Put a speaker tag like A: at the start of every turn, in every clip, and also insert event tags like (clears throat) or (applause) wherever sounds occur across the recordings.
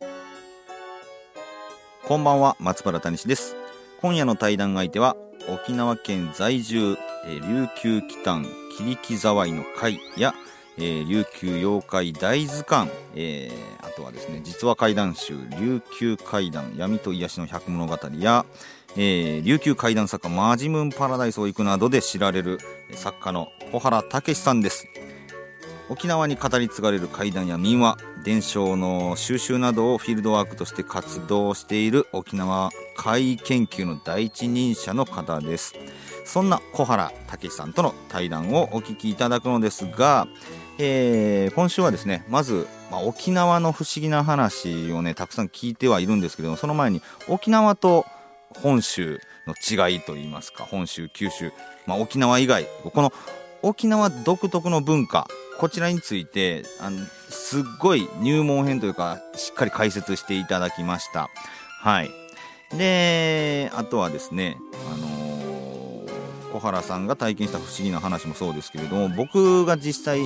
A: う
B: こんばんは、松原谷志です。今夜の対談相手は、沖縄県在住、えー琉球祈祷切木沢井の会や、えー琉球妖怪大図鑑、えーあとはですね、実話怪談集、琉球怪談、闇と癒しの百物語や、えー琉球怪談作家マジムンパラダイスを行くなどで知られるえー作家の小原武史さんです。沖縄に語り継がれる怪談や民話伝承の収集などをフィールドワークとして活動している沖縄怪研究の第一人者の方ですそんな小原武さんとの対談をお聞きいただくのですが、えー今週はですねまず、まあ、沖縄の不思議な話をねたくさん聞いてはいるんですけれどもその前に沖縄と本州の違いといいますか本州九州、まあ、沖縄以外この沖縄独特の文化こちらについてあのすっごい入門編というかしっかり解説していただきましたはいであとはですねあのー小原さんが体験した不思議な話もそうですけれども僕が実際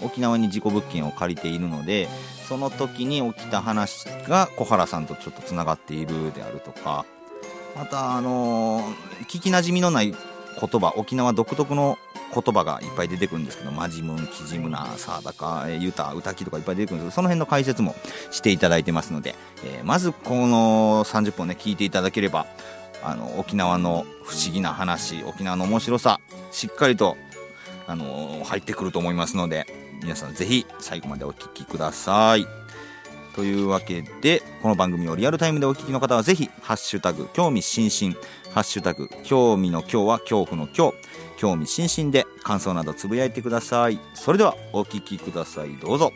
B: 沖縄に事故物件を借りているのでその時に起きた話が小原さんとちょっとつながっているであるとかまたあのー聞きなじみのない言葉沖縄独特の言葉がいっぱい出てくるんですけどマジムンキジムナサーダカえーユタウタキとかいっぱい出てくるんですけどその辺の解説もしていただいてますので、えーまずこの30本ね聞いていただければあの沖縄の不思議な話沖縄の面白さしっかりと、あのー入ってくると思いますので皆さんぜひ最後までお聞きください。というわけでこの番組をリアルタイムでお聞きの方はぜひ「ハッシュタグ興味津々」「ハッシュタグ興味の今日は恐怖の今日」興味津々で感想などつぶやいてくださいそれではお聞きくださいどうぞ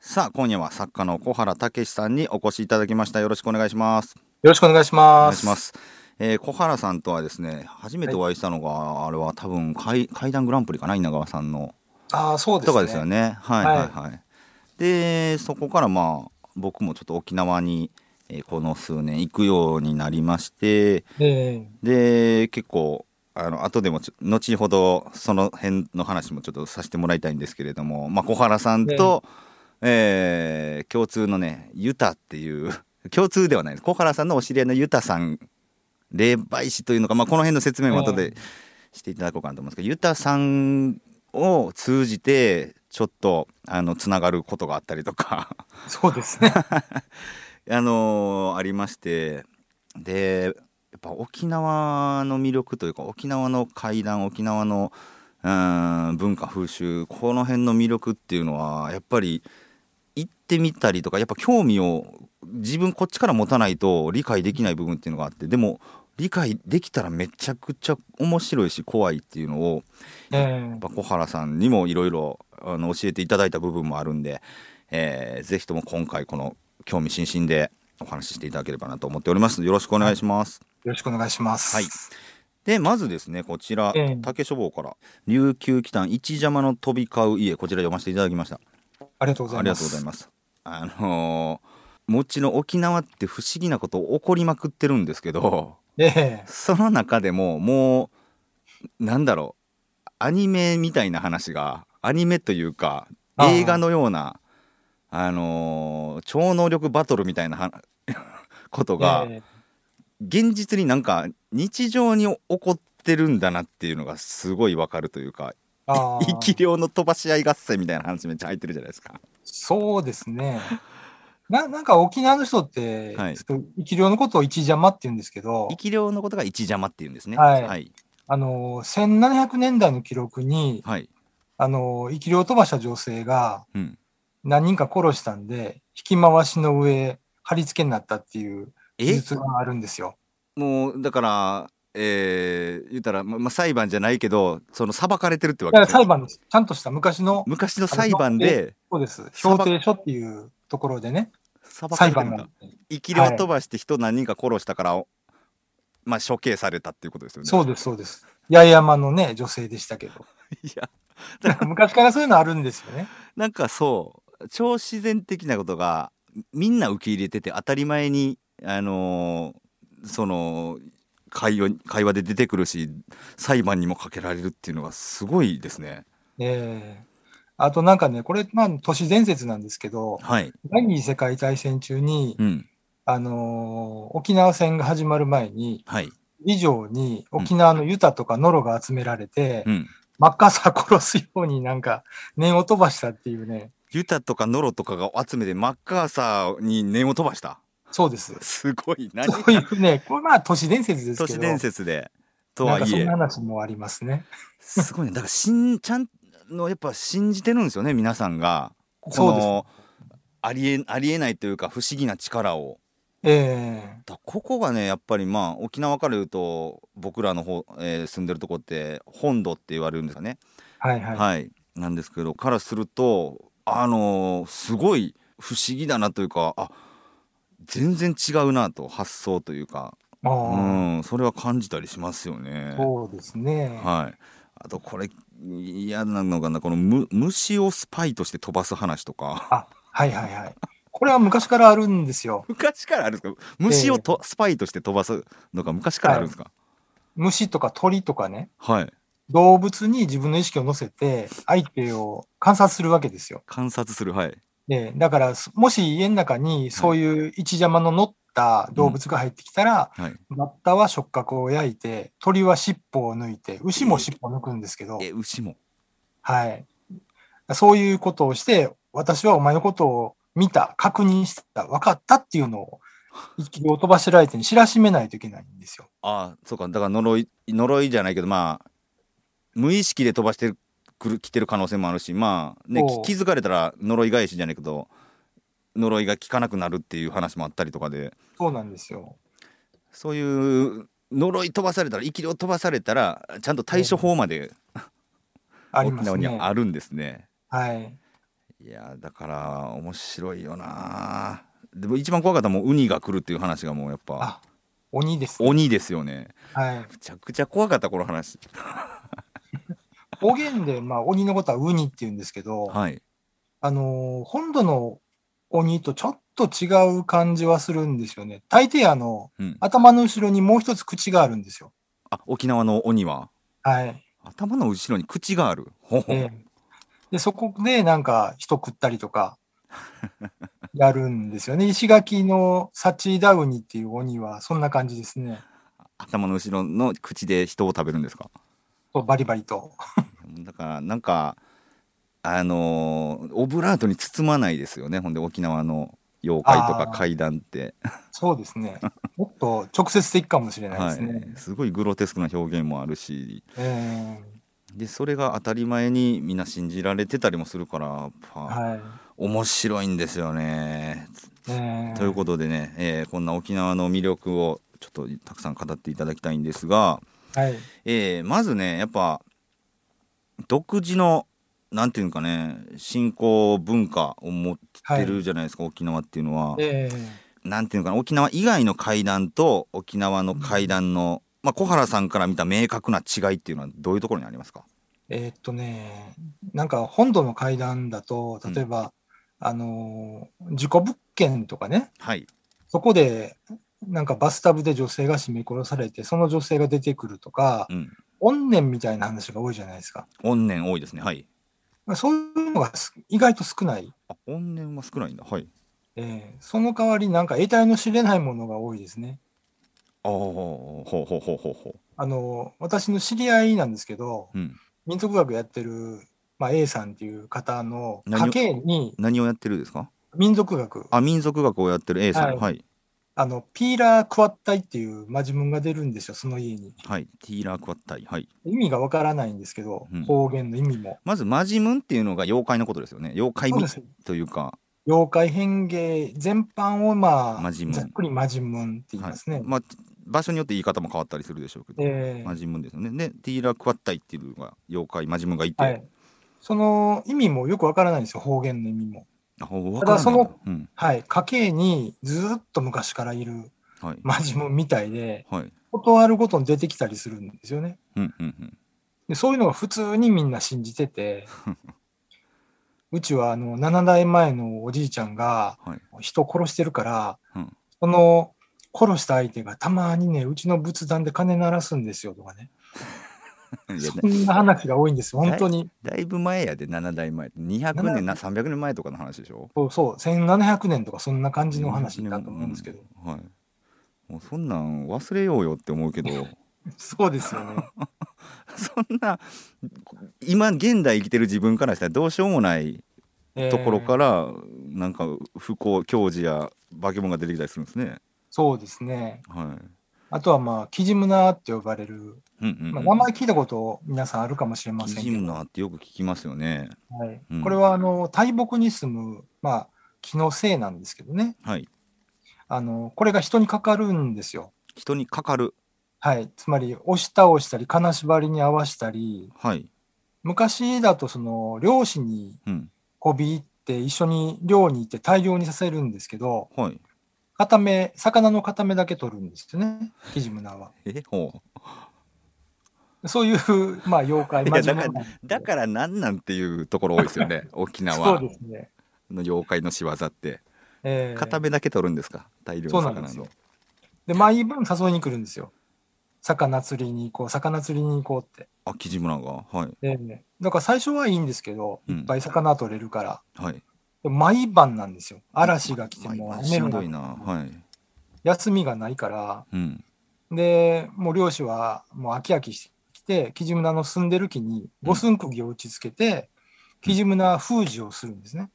B: さあ今夜は作家の小原武史さんにお越しいただきましたよろしくお願いします
C: よろしくお願いし
B: お
C: ま
B: 願い
C: す。
B: しますえー小原さんとはですね初めてお会いしたのが、あれは多分怪怪談グランプリかな稲川さんの
C: ああ、そうですね。
B: とかですよね。はいはい
C: はい
B: はい。でそこからまあ僕もちょっと沖縄に、えーこの数年行くようになりまして
C: え
B: で結構あの後でもちょ後ほどその辺の話もちょっとさせてもらいたいんですけれども、まあ、小原さんと、えー共通のねユタっていう共通ではないです小原さんのお知り合いのユタさん霊媒師というのか、まあ、この辺の説明も後
C: え
B: でしていただこうかなと思うんですけど、ユタさんを通じてちょっとあのつながることがあったりとか
C: えそうで
B: (laughs)
C: すね。
B: あのーありましてでやっぱ沖縄の魅力というか沖縄の怪談沖縄のうーん文化風習この辺の魅力っていうのはやっぱり行ってみたりとかやっぱ興味を自分こっちから持たないと理解できない部分っていうのがあってでも理解できたらめちゃくちゃ面白いし怖いっていうのを
C: ええ
B: やっぱ小原さんにもいろいろあの教えていただいた部分もあるんで、えー、ぜひとも今回この興味津々でお話ししていただければなと思っておりますよろしくお願いします、
C: よろしくお願いします。
B: はいでまずですねこちら、
C: ええ
B: 竹書房から琉球祈祷一邪魔の飛び交う家こちら読ませていただきました
C: ありがとうござ
B: あ
C: い
B: り
C: ま
B: がとうござい
C: す。
B: ますあのーもちろん沖縄って不思議なこと起こりまくってるんですけど
C: ええ
B: その中でももうなんだろうアニメみたいな話がアニメというか
C: ああ
B: 映画のようなあのー超能力バトルみたいなは (laughs) ことが
C: ええ
B: 現実になんか日常に起こってるんだなっていうのがすごいわかるというか
C: ああ
B: 生き量の飛ばし合い合戦みたいな話めっちゃ入ってるじゃないですか。
C: そうですね。ななんか沖縄の人って、
B: はい
C: ちょっと生き量のことを一邪魔って言うんですけど
B: 生、き量のことが一邪魔っていうんですね。
C: はい
B: はい、
C: あの1700年代の記録に、
B: はい
C: あの生き量を飛ばした女性が
B: うん
C: 何人か殺したんで、引き回しの上、貼り付けになったっていう記
B: え
C: 述があるんですよ。
B: もうだからえー、言ったら、まま裁判じゃないけどその裁かれてるってわけ
C: だか
B: です
C: ら
B: よ
C: 裁判です。ちゃんとした昔の、
B: 昔の裁判で
C: そうです。
B: 裁
C: 評
B: 判
C: 定書っていうところでね、
B: 裁か
C: 裁
B: れてる
C: 判
B: ん
C: が
B: だ。生霊を飛ばして人何人か殺したから、まあ処刑されたっていうことですよね
C: そうです、そうです。八重山のね、女性でしたけど。
B: (laughs) いや
C: 昔からそういうのあるんですよね。
B: なんかそう超自然的なことがみんな受け入れてて当たり前にあのーその会話会話で出てくるし裁判にもかけられるっていうのがすごいですね。
C: ええあとなんかね、これ、まあ、都市伝説なんですけど、
B: はい、
C: 第二次世界大戦中に、
B: うん
C: あのー沖縄戦が始まる前に、
B: はい
C: 以上に沖縄のユタとかノロが集められて、
B: うん、
C: マッカーサー殺すようになんか、念を飛ばしたっていうね、
B: ユタとかノロとかが集めてマッカーサーに念を飛ばした
C: そうです。
B: すごい何
C: そういうね、これまあ都市伝説です
B: 都
C: けど、
B: 市伝説でと
C: な
B: は
C: んか
B: い
C: そん
B: え
C: な話もありますね。
B: すごいねだからしんちゃんのやっぱ信じてるんですよね皆さんがこ
C: そうです
B: のありえありえないというか不思議な力を
C: ええ
B: だここがねやっぱりまあ沖縄から言うと僕らの方、えー住んでるとこって本土って言われるんですかね
C: はいは。
B: はいい、なんですけどからするとあのーすごい不思議だなというかあ全然違うなと発想というか
C: あ
B: う
C: あ、
B: んそれは感じたりしますよね。
C: そうですね。
B: はい、あとこれ嫌なのがなこのむ虫をスパイとして飛ばす話とか
C: あ、はいはいはい。これは昔からあるんですよ。
B: (laughs) 昔からあるんですか虫をと、スパイとして飛ばすのが昔からあるんですか
C: 虫とか鳥とかね、
B: はい、
C: 動物に自分の意識を乗せて、相手を観察するわけですよ。
B: 観察するはい
C: で、だから、すもし家の中にそういう一邪魔の乗った動物が入ってきたら、
B: はい
C: バッタは触覚を焼いて、鳥は尻尾を抜いて、牛も尻尾を抜くんですけど、
B: え牛も
C: はい。そういうことをして、私はお前のことを見た、確認した、分かったっていうのを、息を飛ばしてる相手に知らしめないといけないんですよ。
B: ああそうかだから呪い呪いじゃないけどまあ無意識で飛ばしてるくる来てる可能性もあるしまあね
C: おう
B: き気づかれたら呪い返しじゃないけど呪いが効かなくなるっていう話もあったりとかで
C: そうなんですよ。
B: そういう呪い飛ばされたら生きを飛ばされたらちゃんと対処法まで
C: あり
B: 沖
C: ます
B: 縄に
C: ね。
B: はあるんですね。
C: はい。
B: いやーだから面白いよなーでも一番怖かったのはもうウニが来るっていう話がもうやっぱ
C: あ、鬼です、ね。
B: 鬼ですよね
C: はい。
B: むちゃくちゃ怖かったこの話
C: 方言で、まあ、鬼のことはウニって言うんですけど、
B: はい
C: あのー本土の鬼とちょっと違う感じはするんですよね。大抵、あの、
B: うん
C: 頭の後ろにもう一つ口があるんですよ。
B: あ沖縄の鬼は
C: はい。
B: 頭の後ろに口があるほほ
C: ええで、そこでなんか人食ったりと
B: (laughs)
C: か、やるんですよね。石垣のサチダウニっていう鬼は、そんな感じですね。
B: 頭の後ろの口で人を食べるんですか
C: そうバリバリと。
B: だからなんかあのーオブラートに包まないですよねほんで沖縄の妖怪とか
C: あー
B: 怪談って
C: そうで
B: (laughs)
C: すね。もっと直接的かもしれないですね。
B: はい、すごいグロテスクな表現もあるし
C: え
B: でそれが当たり前にみんな信じられてたりもするからやっぱ
C: えはい。
B: 面白いんですよね。
C: ええ
B: ということでね、えーこんな沖縄の魅力をちょっとたくさん語っていただきたいんですが、
C: はい。
B: えーまずねやっぱ独自のなんていうんかね信仰文化を持ってるじゃないですか、沖縄っていうのは。
C: ええ
B: なんていうのかな沖縄以外の階段と沖縄の階段の、まあ、小原さんから見た明確な違いっていうのはどういうところにありますか
C: えーっとね、なんか本土の会談だと、例えば、あのー、事故物件とかね、
B: はい
C: そこで、なんかバスタブで女性が絞め殺されて、その女性が出てくるとか
B: う、ん
C: 怨念みたいな話が多いじゃないですか。
B: 怨念多いですねはい
C: まあ、そういうのがす意外と少ない。
B: あ怨念は少ないんだはい
C: ええその代わり、なんか得体の知れないものが多いですね。
B: ああほうほうほうほうほ
C: あのー、私の知り合いなんですけど、
B: う、うん、
C: 民族学やってる、まあ、A さんっていう方の
B: 何
C: 家
B: を
C: 系に
B: 何をやってるですか
C: 民族学、
B: あ民族学をやってる A さんは
C: はいい
B: はい、
C: あの、ピーラークワッタイっていうマジムンが出るんですよ、その家に。
B: ティーラークワッタイはい
C: 意味がわからないんですけど、
B: うん
C: 方言の意味も。
B: まずマジムンっていうのが妖怪のことですよね妖怪
C: そう
B: み
C: です。
B: というか
C: 妖怪変形全般をまあ、
B: マジムン
C: ざっくりマジムンって言いますね。
B: まあ場所によって言い方も変わったりするでしょうけど、
C: えー
B: マジムンですよねでティーラ・クワッタイっていうのが妖怪マジムンがいて、
C: はい、その意味もよくわからないんですよ、方言の意味も。
B: あ分から
C: ただ
B: ない
C: その
B: うん
C: はい、家系にずーっと昔からいる
B: はい
C: マジムみたいで、
B: はい
C: 断るごとに出てきたりするんですよね。
B: うんうんうん
C: でそういうのが普通にみんな信じてて、うちはあの7代前のおじいちゃんが
B: はい
C: 人を殺してるから、
B: うん
C: その殺した相手がたまにね、うちの仏壇で金鳴らすんですよとかね、
B: いや
C: そんな話が多いんですよ、本当に。
B: だいぶ前やで7代前200年な300年前とかの話でしょ
C: そうそう、1700年とかそんな感じの話だと思うんですけど、
B: うんはいもうそんなん忘れようよって思うけど (laughs)
C: そうですよね。
B: そんな今現代生きてる自分からしたらどうしようもない
C: えー
B: (laughs) ところから、なんか不幸教授や化け物が出てきたりするんですね
C: そうですね。
B: は
C: あとはまあ、キジムナーって呼ばれる、
B: い、うんうんうん
C: まあ、名前聞いたこと皆さんあるかもしれません
B: キ
C: け
B: ジ
C: ど
B: ム、ナーってよく聞きますよね
C: はい
B: うん
C: これはあの大木に住む、まあ、木のせいなんですけどね
B: はい
C: あのこれが人にかかるんですよ。
B: 人にかかる
C: はい、つまり押し倒したり金縛りに合わしたり
B: はい
C: 昔だとその漁師に
B: うん
C: こび入って一緒に漁に行って大量にさせるんですけど
B: はい
C: 片目魚の片目だけ取るんですよねキジムナーは。
B: えほう
C: そういう、まあ、妖怪
B: いや
C: マジ
B: だからだからなんなんっていうところ多いですよ
C: (laughs)
B: ね沖
C: そう
B: 縄
C: ですね。
B: の妖怪の仕業って
C: えー
B: 片目だけ取るんですか大量
C: そ
B: の
C: うなん
B: 魚
C: です
B: の
C: よ。で、毎分誘いに来るんですよ。魚釣りに行こう、魚釣りに行こうって。
B: あキジムナーがはい
C: で、だから最初はいいんですけど、
B: うん
C: いっぱい魚取れるから、
B: はい
C: でも毎晩なんですよ。嵐が来て
B: まあ
C: も、
B: まあ
C: 雨
B: し
C: も
B: ん
C: な
B: ど
C: く
B: いなはい
C: 休みがないから、
B: うん
C: で、もう漁師はもう飽き飽きしてきて、キジムナの住んでる木に五寸釘を打ち付けて、キジムナ封じをするんですね。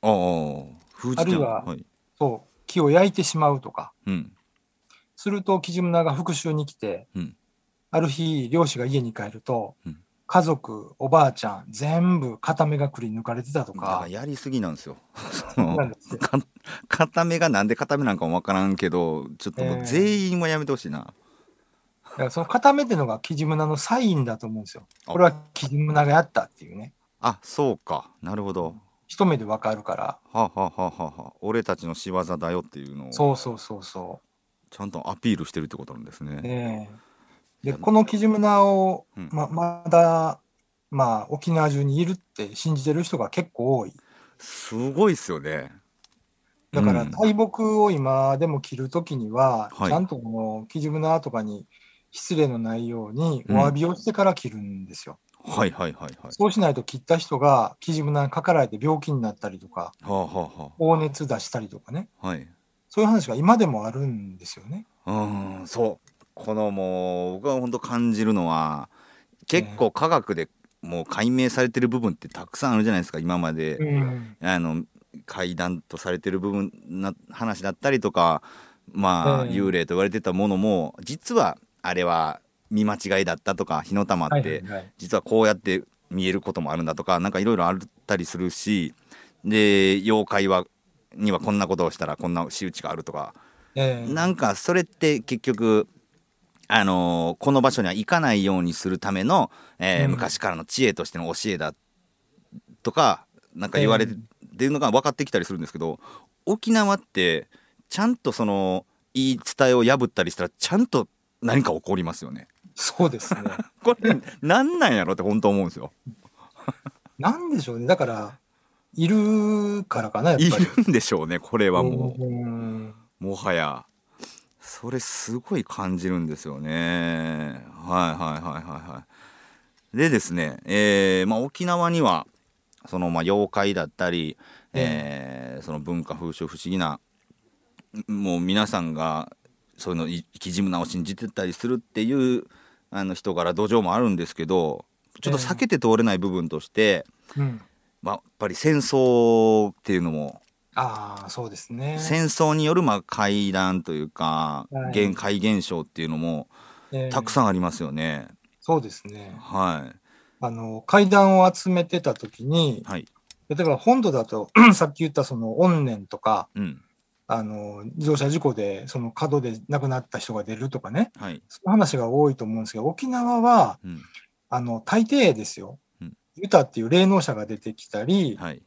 B: ああ封じ
C: ある
B: て
C: い
B: る
C: は
B: はい
C: そう、木を焼いてしまうとか。
B: うん
C: すると、キジムナが復讐に来て、
B: うん
C: ある日、漁師が家に帰ると、
B: うん
C: 家族、おばあちゃん、全部片目がくり抜かれてたと
B: だか、
C: から
B: やりすぎなんですよ (laughs) そ
C: な
B: の
C: んですよ
B: か片目がなんで片目なんかもわからんけどちょっともう全員はやめてほしいな、
C: だからその片目ってのがキジムナのサインだと思うんですよ。
B: あ
C: これはキジムナがやったっていうね、
B: あそうかなるほど
C: 一目でわかるから、
B: はあ、はあはあはあはあ、俺たちの仕業だよっていうのを
C: そうそうそうそ
B: ちゃんとアピールしてるってことなんですね
C: う。ねえ
B: い
C: で、
B: や
C: このキジムナを、
B: うん
C: ままだ、まあ、沖縄中にいるって信じてる人が結構多い。
B: すごいっすよね
C: だから
B: うん
C: 大木を今でも切るときには、
B: はい
C: ちゃんとこのキジムナーとかに失礼のないように
B: う
C: お
B: ん
C: 詫びをしてから切るんですよ。
B: はいはいはいはい
C: そうしないと切った人がキジムナーにかかられて病気になったりとか、
B: はあはあは
C: 高熱出したりとかね、
B: あはい
C: そういう話が今でもあるんですよね。
B: うーんそうこのもう僕は本当感じるのは結構科学でもう解明されてる部分ってたくさんあるじゃないですか今まで、
C: うん
B: あの怪談とされてる部分な話だったりとかまあ、
C: ええ
B: 幽霊と言われてたものも実はあれは見間違いだったとか火の玉って、
C: はい
B: 実はこうやって見えることもあるんだとかなんかいろいろあったりするしで妖怪はにはこんなことをしたらこんな仕打ちがあるとか、
C: ええ
B: なんかそれって結局あのーこの場所には行かないようにするための、えー
C: うん
B: 昔からの知恵としての教えだとかなんか言われてるのが分かってきたりするんですけど、沖縄ってちゃんとその言い伝えを破ったりしたらちゃんと何か起こりますよね。
C: そうです
B: (laughs)
C: ね。
B: これ
C: (laughs)
B: なんなんやろって本当思うんですよ。
C: なんでしょうね。だから、いるからかな、やっ
B: い
C: ぱり。
B: るんでしょうねこれはもう、
C: うん
B: もはやそれすごい感じるんですよねはいはいはいはいはいでですね、えーまあ、沖縄にはそのまあ妖怪だったり、えーその文化風習不思議なもう皆さんがそういうのい生きじむなを信じてたりするっていうあの人柄土壌もあるんですけどちょっと避けて通れない部分として、
C: うん
B: まあ、やっぱり戦争っていうのも
C: ああ、そうですね。
B: 戦争によるまあ怪談というか、
C: はい
B: 現怪現象っていうのもたく
C: ん。
B: さんありますよね。
C: そうですね。
B: は
C: あの階段を集めてた時に
B: い、はい、
C: (clears throat) 例えば本土だとさっき言ったその怨念とか
B: うん、
C: あの、自動車事故で、その角で亡くなった人が出るとかね、
B: はい。
C: そういう話が多いと思うんですけど、沖縄は、
B: うん。
C: あの、大抵ですよ
B: うん。
C: ユタっていう霊能者が出てきたり、
B: はい。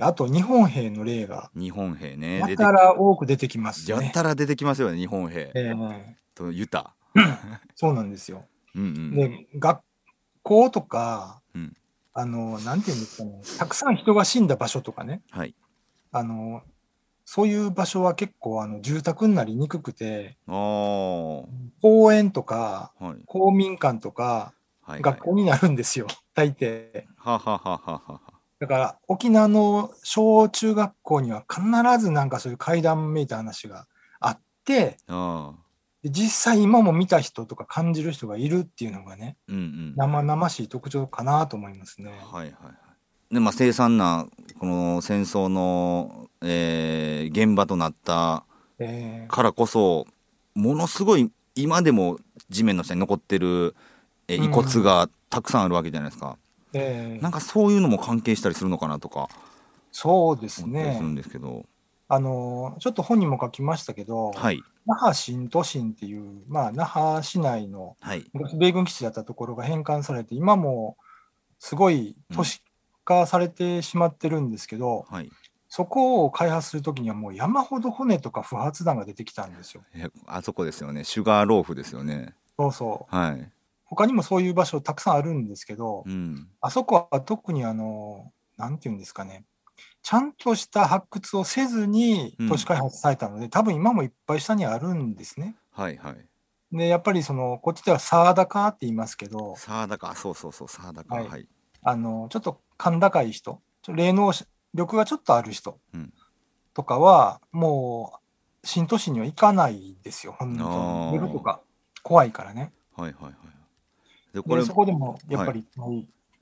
C: あと日本兵の霊が、
B: 日本兵ね。
C: や
B: 出てき
C: たら多く出てきます
B: や
C: ね。
B: たら出てきますよね、日本兵。
C: ええ
B: と、ユタ。
C: そうなんですよ。
B: うんうん。
C: で、学校とか、
B: うん
C: あの、なんていうんですかね、たくさん人が死んだ場所とかね、
B: はい。
C: あの、そういう場所は結構あの住宅になりにくくて、
B: ああ。はい。
C: 公園とか
B: はい
C: 公民館とか
B: はい。
C: 学校になるんですよ、大抵。
B: はははははは。
C: だから沖縄の小中学校には必ずなんかそういう階段めいた話があって、
B: ああ。
C: で実際今も見た人とか感じる人がいるっていうのがね、
B: うんうん。
C: 生々しい特徴かなと思いますね。
B: はいはいはい。でまあ、凄惨なこの戦争の、えー現場となった
C: えー
B: からこそものすごい今でも地面の下に残ってる、えー
C: うん
B: 遺骨がたくさんあるわけじゃないですか、
C: えー
B: なんかそういうのも関係したりするのかなとか
C: そうです
B: 思ったりするんで
C: ね。
B: すけど、
C: あの、ちょっと本にも書きましたけど、
B: はい
C: 那覇新都心っていう、まあ、那覇市内の
B: はい
C: 昔米軍基地だったところが返還されて、今もすごい都市化されてしまってるんですけど、
B: はい
C: そこを開発するときにはもう山ほど骨とか不発弾が出てきたんですよ。
B: えあそこですよねシュガーローフですよね
C: そうそう。
B: はい
C: 他にもそういう場所たくさんあるんですけど、
B: うん
C: あそこは特にあの、なんていうんですかね、ちゃんとした発掘をせずに
B: うん
C: 都市開発されたので、多分今もいっぱい下にあるんですね。
B: はいはい
C: で、やっぱりその、こっちではサーダカーって言いますけど、
B: サーダカそうそうそうサーダカ
C: は
B: はい
C: い、
B: はい
C: あの、ちょっと甲高い人、ちょ霊能力がちょっとある人
B: うん
C: とかは、もう、新都市には行かないですよ、本
B: あ
C: 当
B: ー
C: に。夜とか、怖いからね。
B: はいはいでこれ
C: で、そこでも、やっぱり、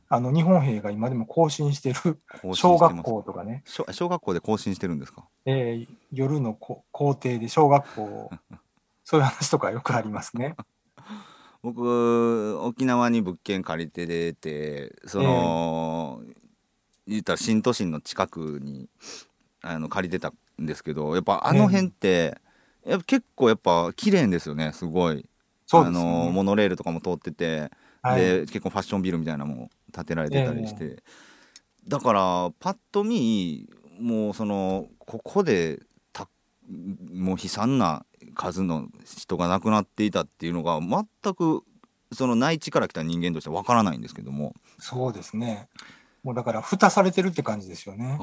C: あの、日本兵が今でも行進してる
B: 更新して
C: 小
B: ます
C: 学校とかね、
B: 小小学校で更新してるんですか
C: えー夜のこ校庭で小学校
B: (laughs)
C: をそういう話とかよくありますね。
B: 僕沖縄に物件借りて出てその、言ったら新都心の近くにあの借りてたんですけどやっぱあの辺って、やっぱ結構やっぱ綺麗ですよねすごい
C: そうです
B: あ
C: ね。
B: のモノレールとかも通ってて、
C: はい
B: で結構ファッションビルみたいなのも建てられてたりして、だからパッと見もうそのここでたもう悲惨な数の人が亡くなっていたっていうのが全くその内地から来た人間としてわからないんですけども
C: そうですね。もうだから、蓋されてるって感じですよね。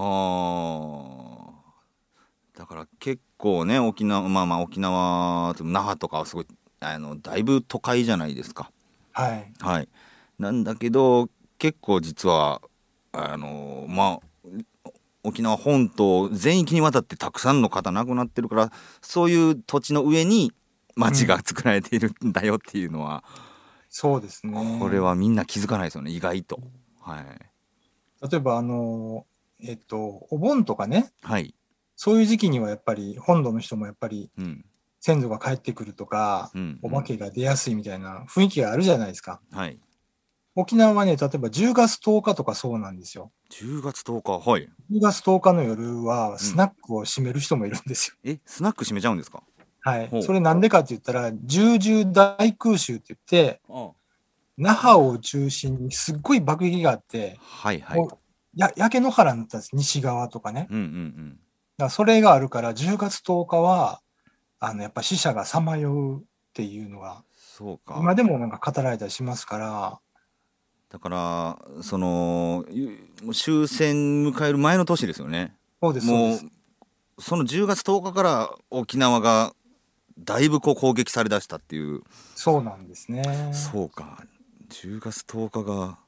B: あーだから結構ね沖縄まあまあ沖縄那覇とかはすごいあのだいぶ都会じゃないですか。
C: はい。
B: はい、なんだけど結構実はあのまあ沖縄本島全域にわたってたくさんの方亡くなってるからそういう土地の上に町が作られているんだよっていうのは、
C: そうですね。
B: これはみんな気づかないですよね意外と。はい、
C: 例えば、あの、えっと、お盆とかね、
B: はい、
C: そういう時期にはやっぱり、本土の人もやっぱり、
B: うん
C: 先祖が帰ってくるとか、
B: うん、
C: お化けが出やすいみたいな雰囲気があるじゃないですか。
B: はい、
C: 沖縄はね、例えば10月10日とかそうなんですよ。
B: 10月10日はい
C: 10月10日の夜は、スナックを閉める人もいるんですよ。
B: えスナック閉めちゃうんですか
C: は
B: ほう
C: い。それなんでかって言ったら、重々大空襲って言って、
B: あ
C: 那覇を中心にすっごい爆撃があって、
B: はいはい
C: もうや焼け野原になったんです、西側とかね。だか
B: うんうんうん
C: らそれがあるから、10月10日は、あの、やっぱ死者がさまようっていうのが、
B: そうか
C: 今でもなんか語られたりしますから、
B: だからそのゆもう終戦迎える前の年ですよね
C: そうです、そう
B: も
C: で
B: う
C: す。
B: その10月10日から沖縄がだいぶこう攻撃されだしたっていう、
C: そうなんですね。
B: そうか10月10日が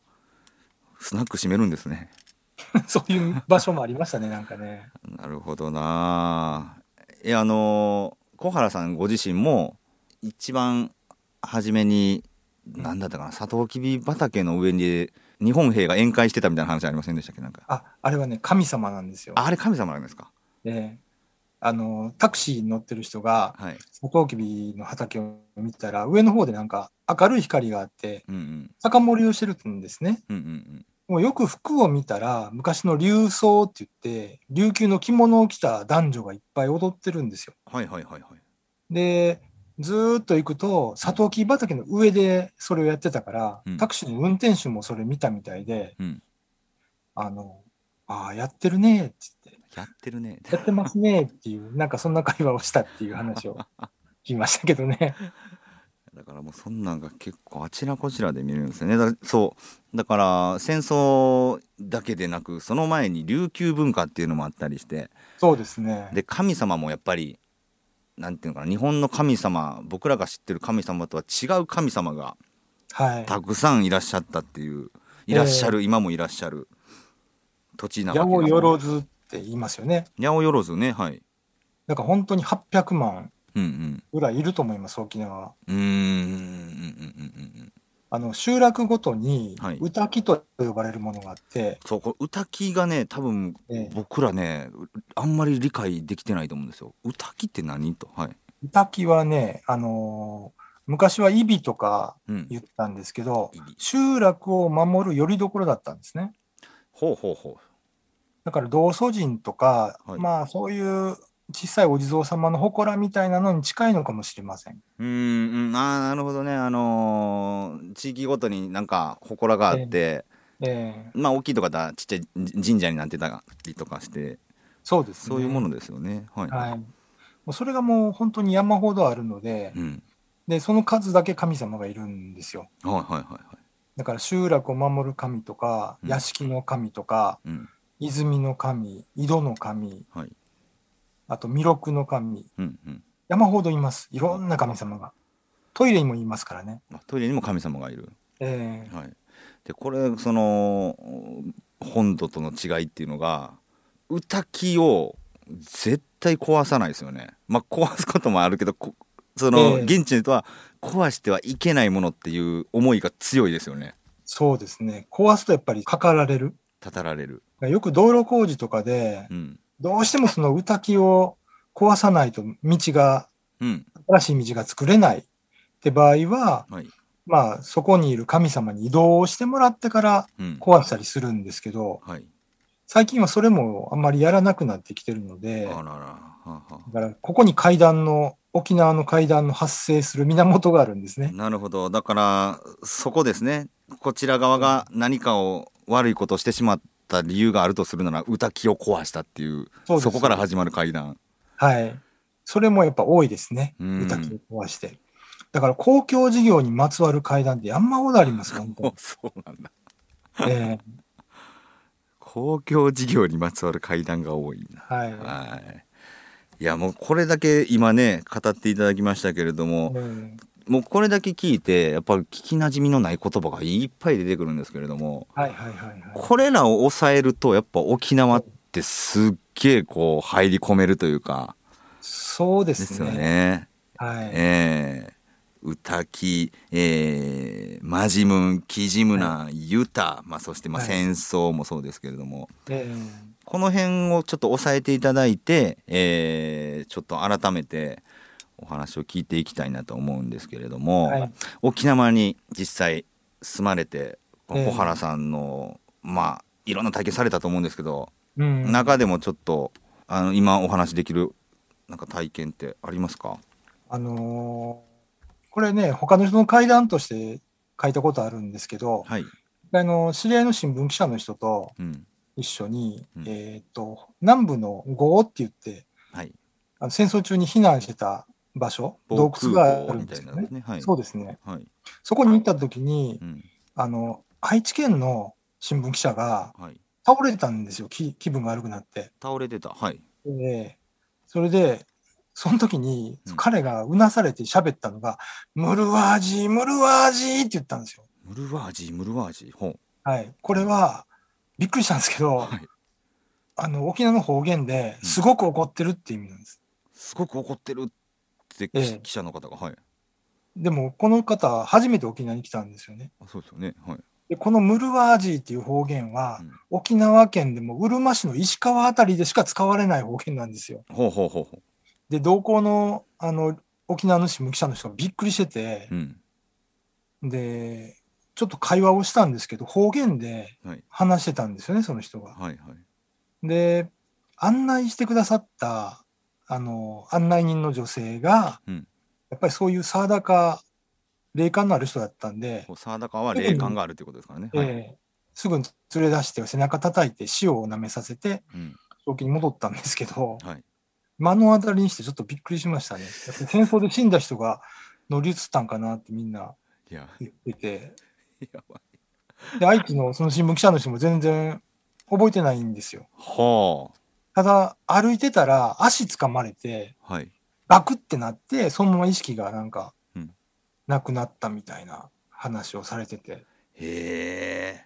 B: スナック閉めるんですね
C: (laughs) そういう場所もありましたね、なんかね。
B: なるほどなえあの小原さんご自身も一番初めに何だったかなサトウキビ畑の上に日本兵が宴会してたみたいな話ありませんでしたっけなんか
C: あ、あれはね、神様なんですよ。
B: ああれ神様なんですか
C: で、あの、タクシーに乗ってる人が、
B: はい
C: サトウキビの畑を見たら、上の方でなんか明るい光があって、
B: うんうん
C: 酒盛りをしてるんですね。
B: うんうん
C: もうよく服を見たら、昔の琉装って言って、琉球の着物を着た男女がいっぱい踊ってるんですよ。
B: はいはいはいはい。
C: で、ずーっと行くと、サトウキビ畑の上でそれをやってたから、
B: うん
C: タクシーの運転手もそれ見たみたいで、
B: うん
C: あの、ああ、やってるねって言って、
B: やってるね。
C: やってますねっていう、 (laughs) なんかそんな会話をしたっていう話
B: (laughs)
C: を聞きましたけどね。
B: だからもうそんなんが結構あちらこちらで見れるんですよね。だそうだから戦争だけでなくその前に琉球文化っていうのもあったりして
C: そうですね。
B: で神様もやっぱりなんていうのかな日本の神様僕らが知ってる神様とは違う神様が
C: はい。
B: たくさんいらっしゃったっていういらっしゃる、今もいらっしゃる土地な
C: 八百
B: よろず
C: 万って言いますよね。
B: やおよろずねはい
C: だから本当に800万
B: うん
C: ぐらいいると思います、沖縄は。
B: うんうーんうんうんうんうん
C: あの集落ごとに
B: はい
C: 歌木と呼ばれるものがあって、
B: そうこれ歌きがね多分
C: ええ
B: 僕らねあんまり理解できてないと思うんですよ歌きって何とはい、
C: 歌木はね、あのー昔はイビとか
B: うん、
C: 言ったんですけど
B: イビ、
C: 集落を守る拠り所だったんですね。
B: ほうほうほ
C: だから道祖人とか、
B: はい
C: まあそういう小さいお地蔵様の祠みたいなのに近いのかもしれません。
B: ううーんうんああなるほどねあのー地域ごとになんか祠があって、
C: ええ
B: まあ大きいとかだちっちゃい神神社になってたりとかして
C: そうです、ね。
B: そういうものですよねはい、
C: はい。もうそれがもう本当に山ほどあるので、
B: うん、
C: で、その数だけ神様がいるんですよ。
B: はいはいはいはい
C: だから集落を守る神とか、
B: うん
C: 屋敷の神とか、
B: うん
C: 泉の神、井戸の神、
B: はい
C: あと弥勒の神、
B: うんうん
C: 山ほどいます。いろんな神様が。トイレにもいますからね。
B: あトイレにも神様がいる
C: ええ
B: はい、でこれその本土との違いっていうのが歌きを絶対壊さないですよね。まあ、壊すこともあるけどこその
C: ええ
B: 現地の人は壊してはいけないものっていう思いが強いですよね。
C: そうですね。壊すとやっぱりかかられる。
B: たたられる。
C: よく道路工事とかで、
B: うん。
C: どうしてもその歌木を壊さないと道が、
B: うん。
C: 新しい道が作れないって場合は、
B: はい。
C: まあそこにいる神様に移動をしてもらってから
B: うん。
C: 壊したりするんですけど、
B: はい。
C: 最近はそれもあんまりやらなくなってきてるの
B: あ
C: で、
B: らら。は
C: だ
B: あは
C: からここに階段の、沖縄の階段の発生する源があるんです
B: あ
C: ね。
B: なるほど。だからそこですね。こちら側が何かを悪いことをしてしまった理由があるとするなら歌きを壊したっていう
C: そうです
B: そこから始まる階段。
C: はい。それもやっぱ多いですね。
B: うん
C: 歌木を壊して。だから公共事業にまつわる階段って山ほどありますよ、本当に
B: もうそうなん (laughs) だ
C: ええ
B: 公共事業にまつわる階段が多いな
C: はい。
B: はいいやもうこれだけ今ね語っていただきましたけれども
C: ええ
B: もうこれだけ聞いてやっぱり聞きなじみのない言葉がいっぱい出てくるんですけれども
C: はいはいはいはい。
B: これらを抑えるとやっぱ沖縄ってすっげえこう入り込めるというか
C: そうで
B: ですすよ
C: ね。
B: ね。
C: はい。
B: えー、歌き、えー、マジムン、キジムナ、ユタ、まあ、そしてまあ
C: はい
B: 戦争もそうですけれども、
C: え
B: この辺をちょっと押さえていただいて、えーちょっと改めてお話を聞いていきたいなと思うんですけれど
C: え
B: も、
C: はい。
B: 沖縄に実際住まれてこの
C: ええ
B: 小原さんの、まあいろんな体験されたと思うんですけど、
C: うん。
B: 中でもちょっとあの今お話できるなんか体験ってありますか
C: あのーこれね、他の人の階段として書いたことあるんですけど、
B: はい、
C: あの知り合いの新聞記者の人と
B: うん
C: 一緒に、
B: うん
C: えっ、と、南部のゴーって言って、
B: はい
C: あの戦争中に避難してた場所、
B: 防
C: 洞
B: 空
C: 窟があ
B: 壕
C: るん
B: みた
C: です
B: い
C: よ
B: な
C: ね。
B: ね。はい。
C: そうですね。
B: はい。
C: そこに行った時に
B: う、ん。
C: あの、愛知県の新聞記者が
B: はい。
C: 倒れてたんですよ、気気分が悪くなって。
B: 倒れてた。はい。
C: で、それで、その時に
B: うん
C: 彼がうなされて喋ったのが、ムルワージー、ムルワージーって言ったんですよ。
B: ムルワージー、ムルワージー。ほう。
C: はい。これは、びっくりしたんですけど、
B: はい。
C: あの、沖縄の方言で
B: うん
C: すごく怒ってるって意味なんです。
B: すごく怒ってるって、き
C: ええ
B: 記者の方が。はい。
C: でも、この方、初めて沖縄に来たんですよね。
B: あそうですよね。はい。
C: で、このムルワージーっていう方言は、
B: うん
C: 沖縄県でもうるま市の石川あたりでしか使われない方言なんですよ。
B: ほうほうほうほ
C: で、同行の、あの、沖縄の新聞記者の人がびっくりしてて
B: う。う、ん。
C: で、ちょっと会話をしたんですけど、方言で
B: はい
C: 話してたんですよね、その人が。
B: はいはい。
C: で、案内してくださった、あの、案内人の女性が、
B: うん
C: やっぱりそういうサーダか、霊感のある人だったんで、
B: こうサーダカは霊感があるということですからね。はい。
C: えーすぐに連れ出して背中叩いて塩を舐めさせて
B: うん。
C: 正気に戻ったんですけど、
B: はい
C: 目の当たりにしてちょっとびっくりしましたね。やっぱり戦争で死んだ人が乗り移ったんかなってみんない
B: や、 (laughs)
C: 言ってて、
B: やばい。
C: で愛知のその新聞記者の人も全然覚えてないんですよ。
B: は
C: ただ歩いてたら足掴まれて
B: あ。はい。
C: ガクってなってそのまま意識がなんか
B: うん
C: なくなったみたいな話をされてて、
B: へえ。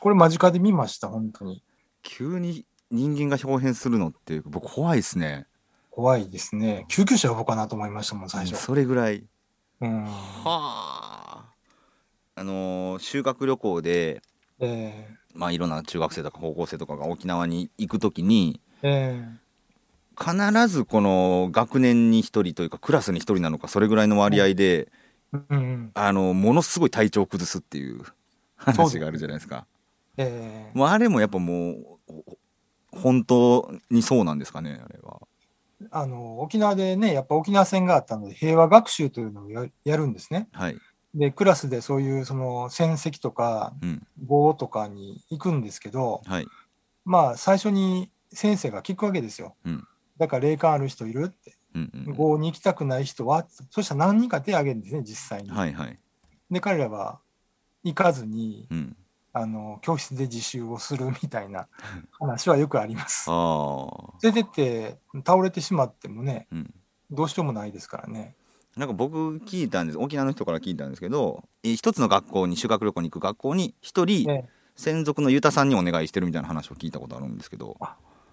C: これ間近で見ました、本当に。
B: 急に人間が表変するのって僕怖いですね。
C: 怖いですね。救急車呼ぼうかなと思いましたもん、最初。
B: それぐらい。
C: うん。
B: はあ。あのー修学旅行で、
C: え
B: まあ、いろんな中学生とか高校生とかが沖縄に行くときに
C: ー、えー
B: 必ずこの学年に1人というかクラスに1人なのかそれぐらいの割合で、
C: うんうん、
B: あのものすごい体調を崩すって (laughs) いう話があるじゃないですか。
C: えー
B: まあ、あれもやっぱもうほ本当にそうなんですかねあれは。
C: あの沖縄でね、やっぱ沖縄戦があったので、平和学習というのをややるんですね。
B: はい。
C: で、クラスでそういうその戦績とか、
B: うん。
C: 棒とかに行くんですけど、
B: はい。
C: まあ、最初に先生が聞くわけですよ。
B: うん
C: だから霊感ある人いるって、
B: うんうんうん。
C: 棒に行きたくない人は、そしたら何人か手を挙げるんですね、実際に。
B: はいはい。
C: で、彼らは行かずに、
B: うん。
C: あの教室で自習をするみたい
B: (laughs)
C: な話はよくあります
B: あ。あ。
C: 連れてって倒れてしまってもね、
B: うん。
C: どうしようもないですからね。
B: なんか僕聞いたんです沖縄の人から聞いたんですけどえー一つの学校に修学旅行に行く学校に一人
C: ね
B: 専属のユタさんにお願いしてるみたいな話を聞いたことあるんですけど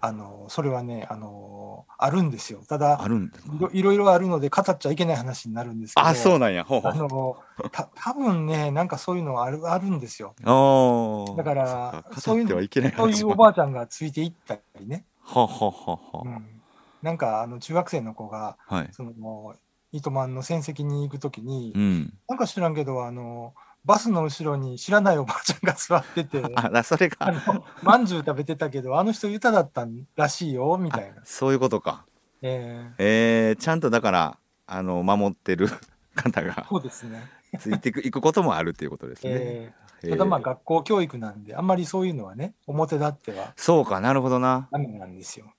C: あのそれはねあのあるんですよ。た
B: あ
C: だ
B: るんですか (laughs)
C: いろいろいろあるので語っちゃいけない話になるんですけど。
B: あそうなんやほうほう
C: あのた多分ねなんかそういうのはあるあるんですよ。
B: あー
C: だから
B: そっ語ってはいけない
C: そうい
B: 話
C: う
B: も
C: おばあちゃんがついていったりね。
B: はあはあはあ
C: う
B: は
C: ん、なんかあの中学生の子が
B: あはい
C: その糸満の戦績に行くときに、
B: うん
C: なんか知らんけどあのバスの後ろに知らないおばあちゃんが座って
B: (laughs)
C: て。
B: あだそれ
C: あ
B: が
C: の、まんじゅう食べてたけど、あの人歌だったらしいよ、みたいな。
B: そういうことか
C: え
B: えー、ちゃんとだからあの守ってる (laughs) 方が
C: ーそうですね。
B: ついていくいくこともあるっていうことですね、
C: え
B: え
C: ーただまあ学校教育なんで、あんまりそういうのはね、表立っては
B: そうかなるほどな
C: ダメなんですよ。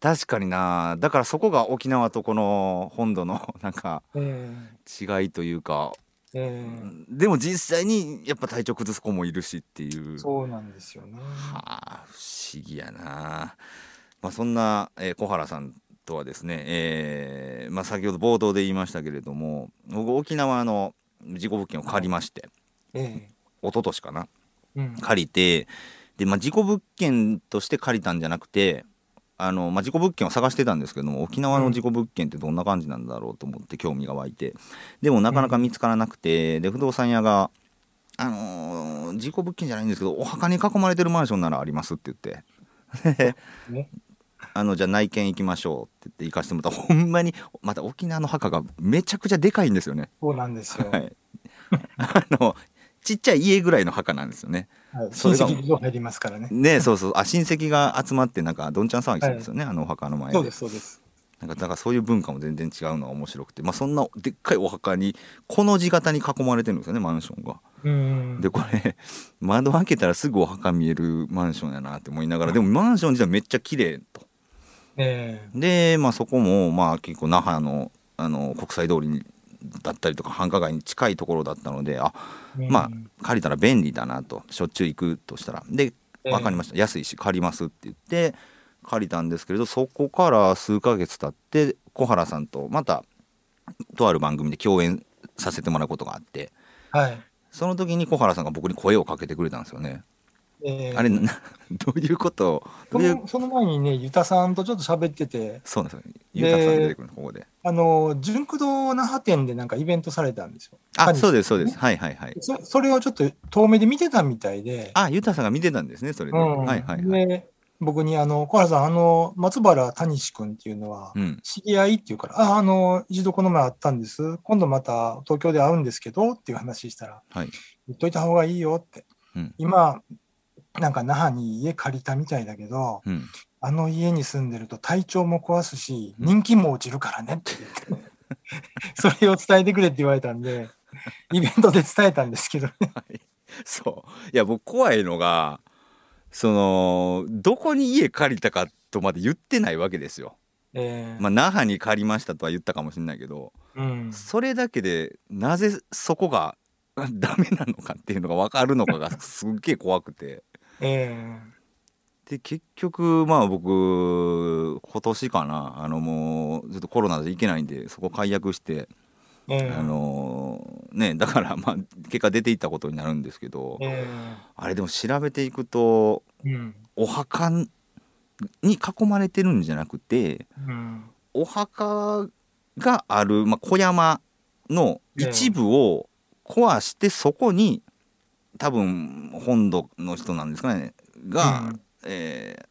B: 確かになだからそこが沖縄とこの本土の (laughs) なんか
C: えー
B: 違いというか、
C: えー
B: でも実際にやっぱ体調崩す子もいるしっていう
C: そうなんですよね。
B: はあ不思議やな、まあ、そんな、えー小原さんとはですね、えーまあ、先ほど冒頭で言いましたけれども僕沖縄の事故物件を借りまして、
C: え
B: 一昨年かな
C: ーうん、
B: 借りてで、まあ、事故物件として借りたんじゃなくてあの、まあ、事故物件を探してたんですけども沖縄の事故物件ってどんな感じなんだろうと思って興味が湧いてでもなかなか見つからなくてで不動産屋が「あのー事故物件じゃないんですけどお墓に囲まれてるマンションならあります」って言って。
C: ね
B: あのじゃあ内見行きましょうって言って行かせてもらったらほんまにまた沖縄の墓がめちゃくちゃでかいんですよね。 (laughs)
C: そうなんですよ。
B: は
C: はい
B: い、あのちっちゃい家ぐらいの墓なんですよね。それ
C: 親
B: が
C: 戚以上入りますからね。
B: ねそうそうあ親戚が集まってなんかどんちゃん騒ぎするんですよね、あのお墓の前で
C: そうです、そうです。
B: なんかだからそういう文化も全然違うのは面白くて、まあ、そんなでっかいお墓にこの字型に囲まれてるんですよねマンションが。
C: うん。
B: でこれ窓開けたらすぐお墓見えるマンションやなって思いながらでもマンション自体めっちゃ綺麗と。
C: え
B: で、まあ、そこもまあ結構那覇のあの国際通りにだったりとか繁華街に近いところだったのであ
C: ー
B: まあ借りたら便利だなとしょっちゅう行くとしたらで
C: えー
B: 分かりました、安いし借りますって言って借りたんですけれどそこから数ヶ月経って小原さんとまたとある番組で共演させてもらうことがあって
C: はい。
B: その時に小原さんが僕に声をかけてくれたんですよね。
C: えー
B: あれな (laughs) どういうことをど
C: そう
B: いう
C: のその前にね、ゆたさんとちょっと喋ってて、
B: そうなんですよ。ゆうたさん出てくるのここで。
C: あの、純駆動那覇店でなんかイベントされたんですよ。
B: あ
C: 谷
B: そうですそうです。はいはいはい。
C: そそれをちょっと遠目で見てたみたいで、
B: あゆうたさんが見てたんですねそれで。
C: うん
B: はいはいはい。
C: で僕にあの、小原さん、あの、松原谷志君っていうのは、
B: うん。
C: 知り合いって言うから、あ、あの、一度この前会ったんです。今度また東京で会うんですけど、っていう話したら、
B: はい。
C: 言っといた方がいいよって。
B: うん
C: 今、なんか那覇に家借りたみたいだけど、
B: うん。
C: あの家に住んでると体調も壊すし、
B: うん
C: 人気も落ちるからねって (laughs) 言って、それを伝えてくれって言われたんで、イベントで伝えたんです
B: (laughs)
C: けどね。
B: そう。いや、僕怖いのが、その、どこに家借りたかとまで言ってないわけですよ。
C: えー
B: まあ、那覇に借りましたとは言ったかもしれないけど、
C: うん、
B: それだけでなぜそこが (laughs) ダメなのかっていうのが分かるのか (laughs) がすっげえ怖くて。
C: え
B: で結局まあ僕今年かなあのもうずっとコロナで行けないんでそこ解約して、
C: ーえー
B: あのねだからまあ結果出ていったことになるんですけど、
C: え
B: あれでも調べていくと
C: ーうん、
B: お墓に囲まれてるんじゃなくて
C: うん、
B: お墓がある、まあ、小山の一部を壊してそこに多分本土の人なんですかねが、
C: うん
B: えー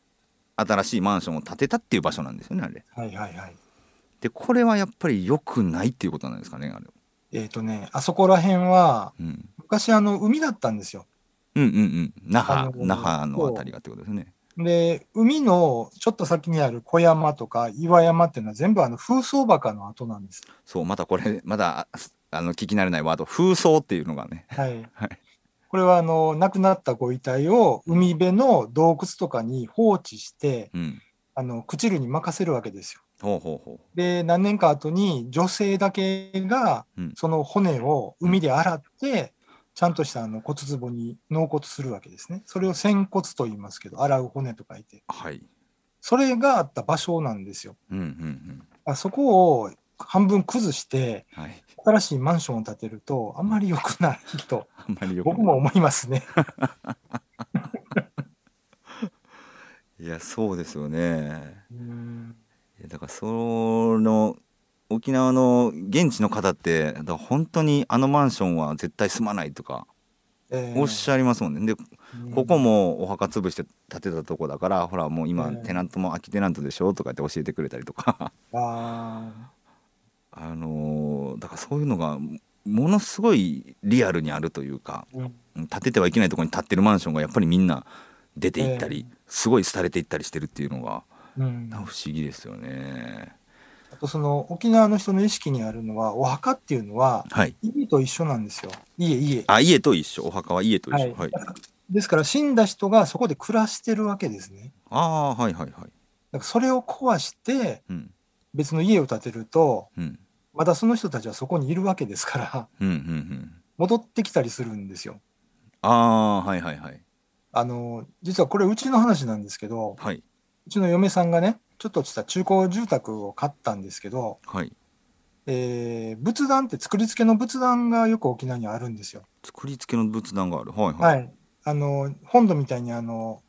B: 新しいマンションを建てたっていう場所なんですよねあれ。
C: はいはいはい。
B: でこれはやっぱり良くないっていうことなんですかねあれ、
C: えっ、とね、あそこら辺は、
B: うん、
C: 昔あの、海だったんですよ。
B: うんうんうん那
C: あ
B: 覇
C: の
B: 那覇のあたりがってことですね。
C: で、海のちょっと先にある小山とか岩山っていうのは全部あの風葬墓の跡なんです。
B: そうまたこれまだああの聞き慣れないワード風葬っていうのがね。
C: はい。
B: はい
C: これはあの、亡くなったご遺体を海辺の洞窟とかに放置して、
B: うん、
C: あの、朽ちるに任せるわけですよ。
B: ほうほうほう。
C: で、何年か後に女性だけが
B: うん
C: その骨を海で洗って、ちゃんとしたあの骨壺に納骨するわけですね。それを仙骨と言いますけど、洗う骨と書いて。
B: はい。
C: それがあった場所なんですよ。
B: うんうんうん。
C: あそこを半分崩して、
B: はい。 (laughs)
C: 新しいマンションを建てると、あんまり良くないと、
B: あんまりよくない
C: 僕も思いますね。
B: いやそうですよね。
C: うん
B: いやだからその沖縄の現地の方ってだから本当にあのマンションは絶対住まないとか
C: えー
B: おっしゃりますもんね。でここもお墓潰して建てたとこだからほらもう今
C: うん
B: テナントも空きテナントでしょとかって教えてくれたりとか
C: あ
B: あのーだからそういうのがものすごいリアルにあるというか
C: ーうん
B: 建ててはいけないところに建ってるマンションがやっぱりみんな出ていったり、すごい廃れていったりしてるっていうのが
C: うん
B: なんか不思議ですよね。
C: あとその沖縄の人の意識にあるのは、お墓っていうのは、
B: はい
C: 家と一緒なんですよ。家、家。
B: あ家と一緒お墓は家と一緒、はい
C: はいですから、死んだ人がそこで暮らしてるわけですね。
B: ああーはいはいはい
C: だからそれを壊して、
B: うん
C: 別の家を建てると、
B: うん
C: またその人たちはそこにいるわけですから、
B: うんうんうん
C: 戻ってきたりするんですよ。
B: ああーはいはいはい
C: あの、実はこれうちの話なんですけど、
B: はいう
C: ちの嫁さんがね、ちょっとした中古住宅を買ったんですけど、
B: はい
C: えー仏壇って作り付けの仏壇がよく沖縄にあるんですよ。
B: 作り付けの仏壇があるはいはい、
C: はい。あの、本土みたいにあの、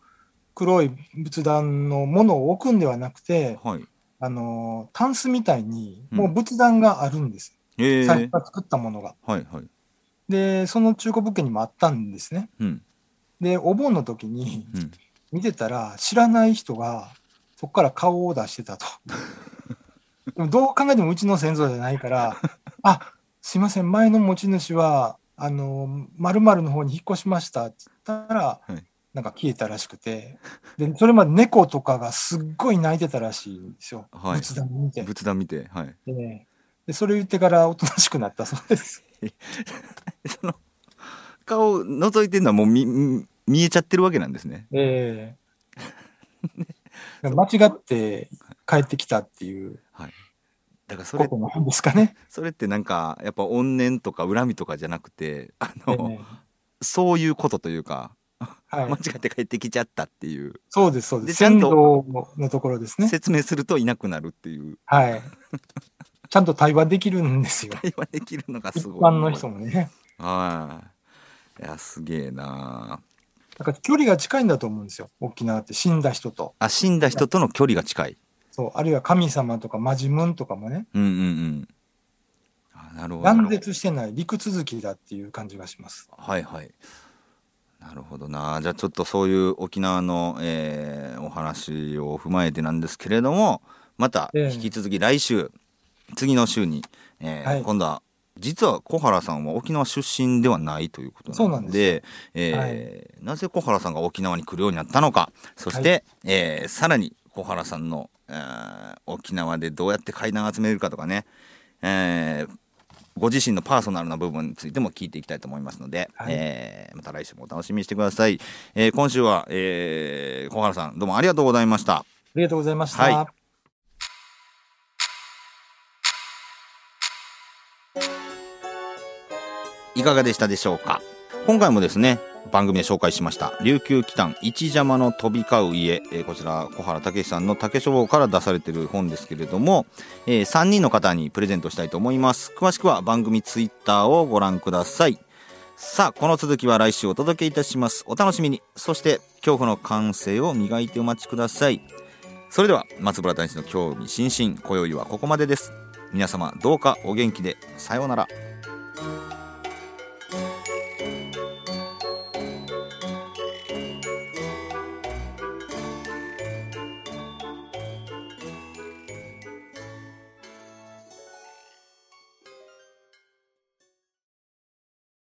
C: 黒い仏壇のものを置くんではなくて、
B: はい、
C: あの、タンスみたいに、
B: うん
C: もう仏壇があるんです。
B: ええ
C: 財布が作ったものが。
B: はいはい
C: で、その中古物件にもあったんですね。
B: うん
C: で、お盆の時に
B: うん
C: 見てたら、知らない人が、そこから顔を出し
B: (laughs)
C: てたと。でもどう考えてもうちの先祖じゃないから、あすいません、前の持ち主は、あの、まるの方に引っ越しましたって言ったら、
B: はい
C: なんか消えたらしくて、で、それまで猫とかがすっごい泣いてたらしいんですよ。
B: はい
C: 仏壇見て。
B: 仏壇見てはい
C: ででそれ言ってからおとなしくなったそうです。
B: (laughs) その顔覗いてるのはもうみみ見えちゃってるわけなんですね
C: ええ間違って帰ってきたっていう
B: はいだからそ
C: こ
B: れ
C: となんですかね。
B: それってなんかやっぱ怨念とか恨みとかじゃなくてあ
C: え
B: の、そういうことというか
C: え
B: 間
C: は
B: 違
C: い、
B: って帰ってきちゃったっていう
C: そうです、そう
B: で
C: です。
B: ちゃん
C: 先
B: と
C: 導のところですね。
B: 説明するといなくなるっていう
C: はい。
B: (laughs)
C: ちゃんと対話できるんですよ。
B: 会話できるのが
C: 一
B: すごい。
C: 般の人もね。
B: はい。いやすげえな
C: だから距離が近いんだと思うんですよ。沖縄って死んだ人と。
B: あ死んだ人との距離が近い。
C: そう。あるいは神様とかマジムンとかもね。
B: うんうんうん。あなるほど。
C: 断絶してない陸続きだっていう感じがします。
B: はいはい。ななるほどなじゃあちょっとそういう沖縄の、えーお話を踏まえてなんですけれどもまた
C: ええ
B: 引き続き来週、次の週に、えー
C: はい
B: 今度は実は小原さんは沖縄出身ではないということ
C: そう
B: な
C: な
B: の
C: ん
B: でえーなぜ小原さんが沖縄に来るようになったのかそして、えーさらに小原さんの、えー沖縄でどうやって階段を集めるかとかね、えーご自身のパーソナルな部分についても聞いていきたいと思いますので、
C: はい
B: えーまた来週もお楽しみにしてください、えー今週は、えー小原さんどうもありがとうございました
C: ありがとうございました。
B: はいいかがでしたでしょうか今回もですね番組で紹介しました琉球紀丹一邪魔の飛び交う家、えーこちら小原武史さんの竹書房から出されている本ですけれども、え3人の方にプレゼントしたいと思います詳しくは番組ツイッターをご覧くださいさあこの続きは来週お届けいたしますお楽しみにそして恐怖の感性を磨いてお待ちくださいそれでは松原大使の興味津々今宵はここまでです皆様どうかお元気でさようなら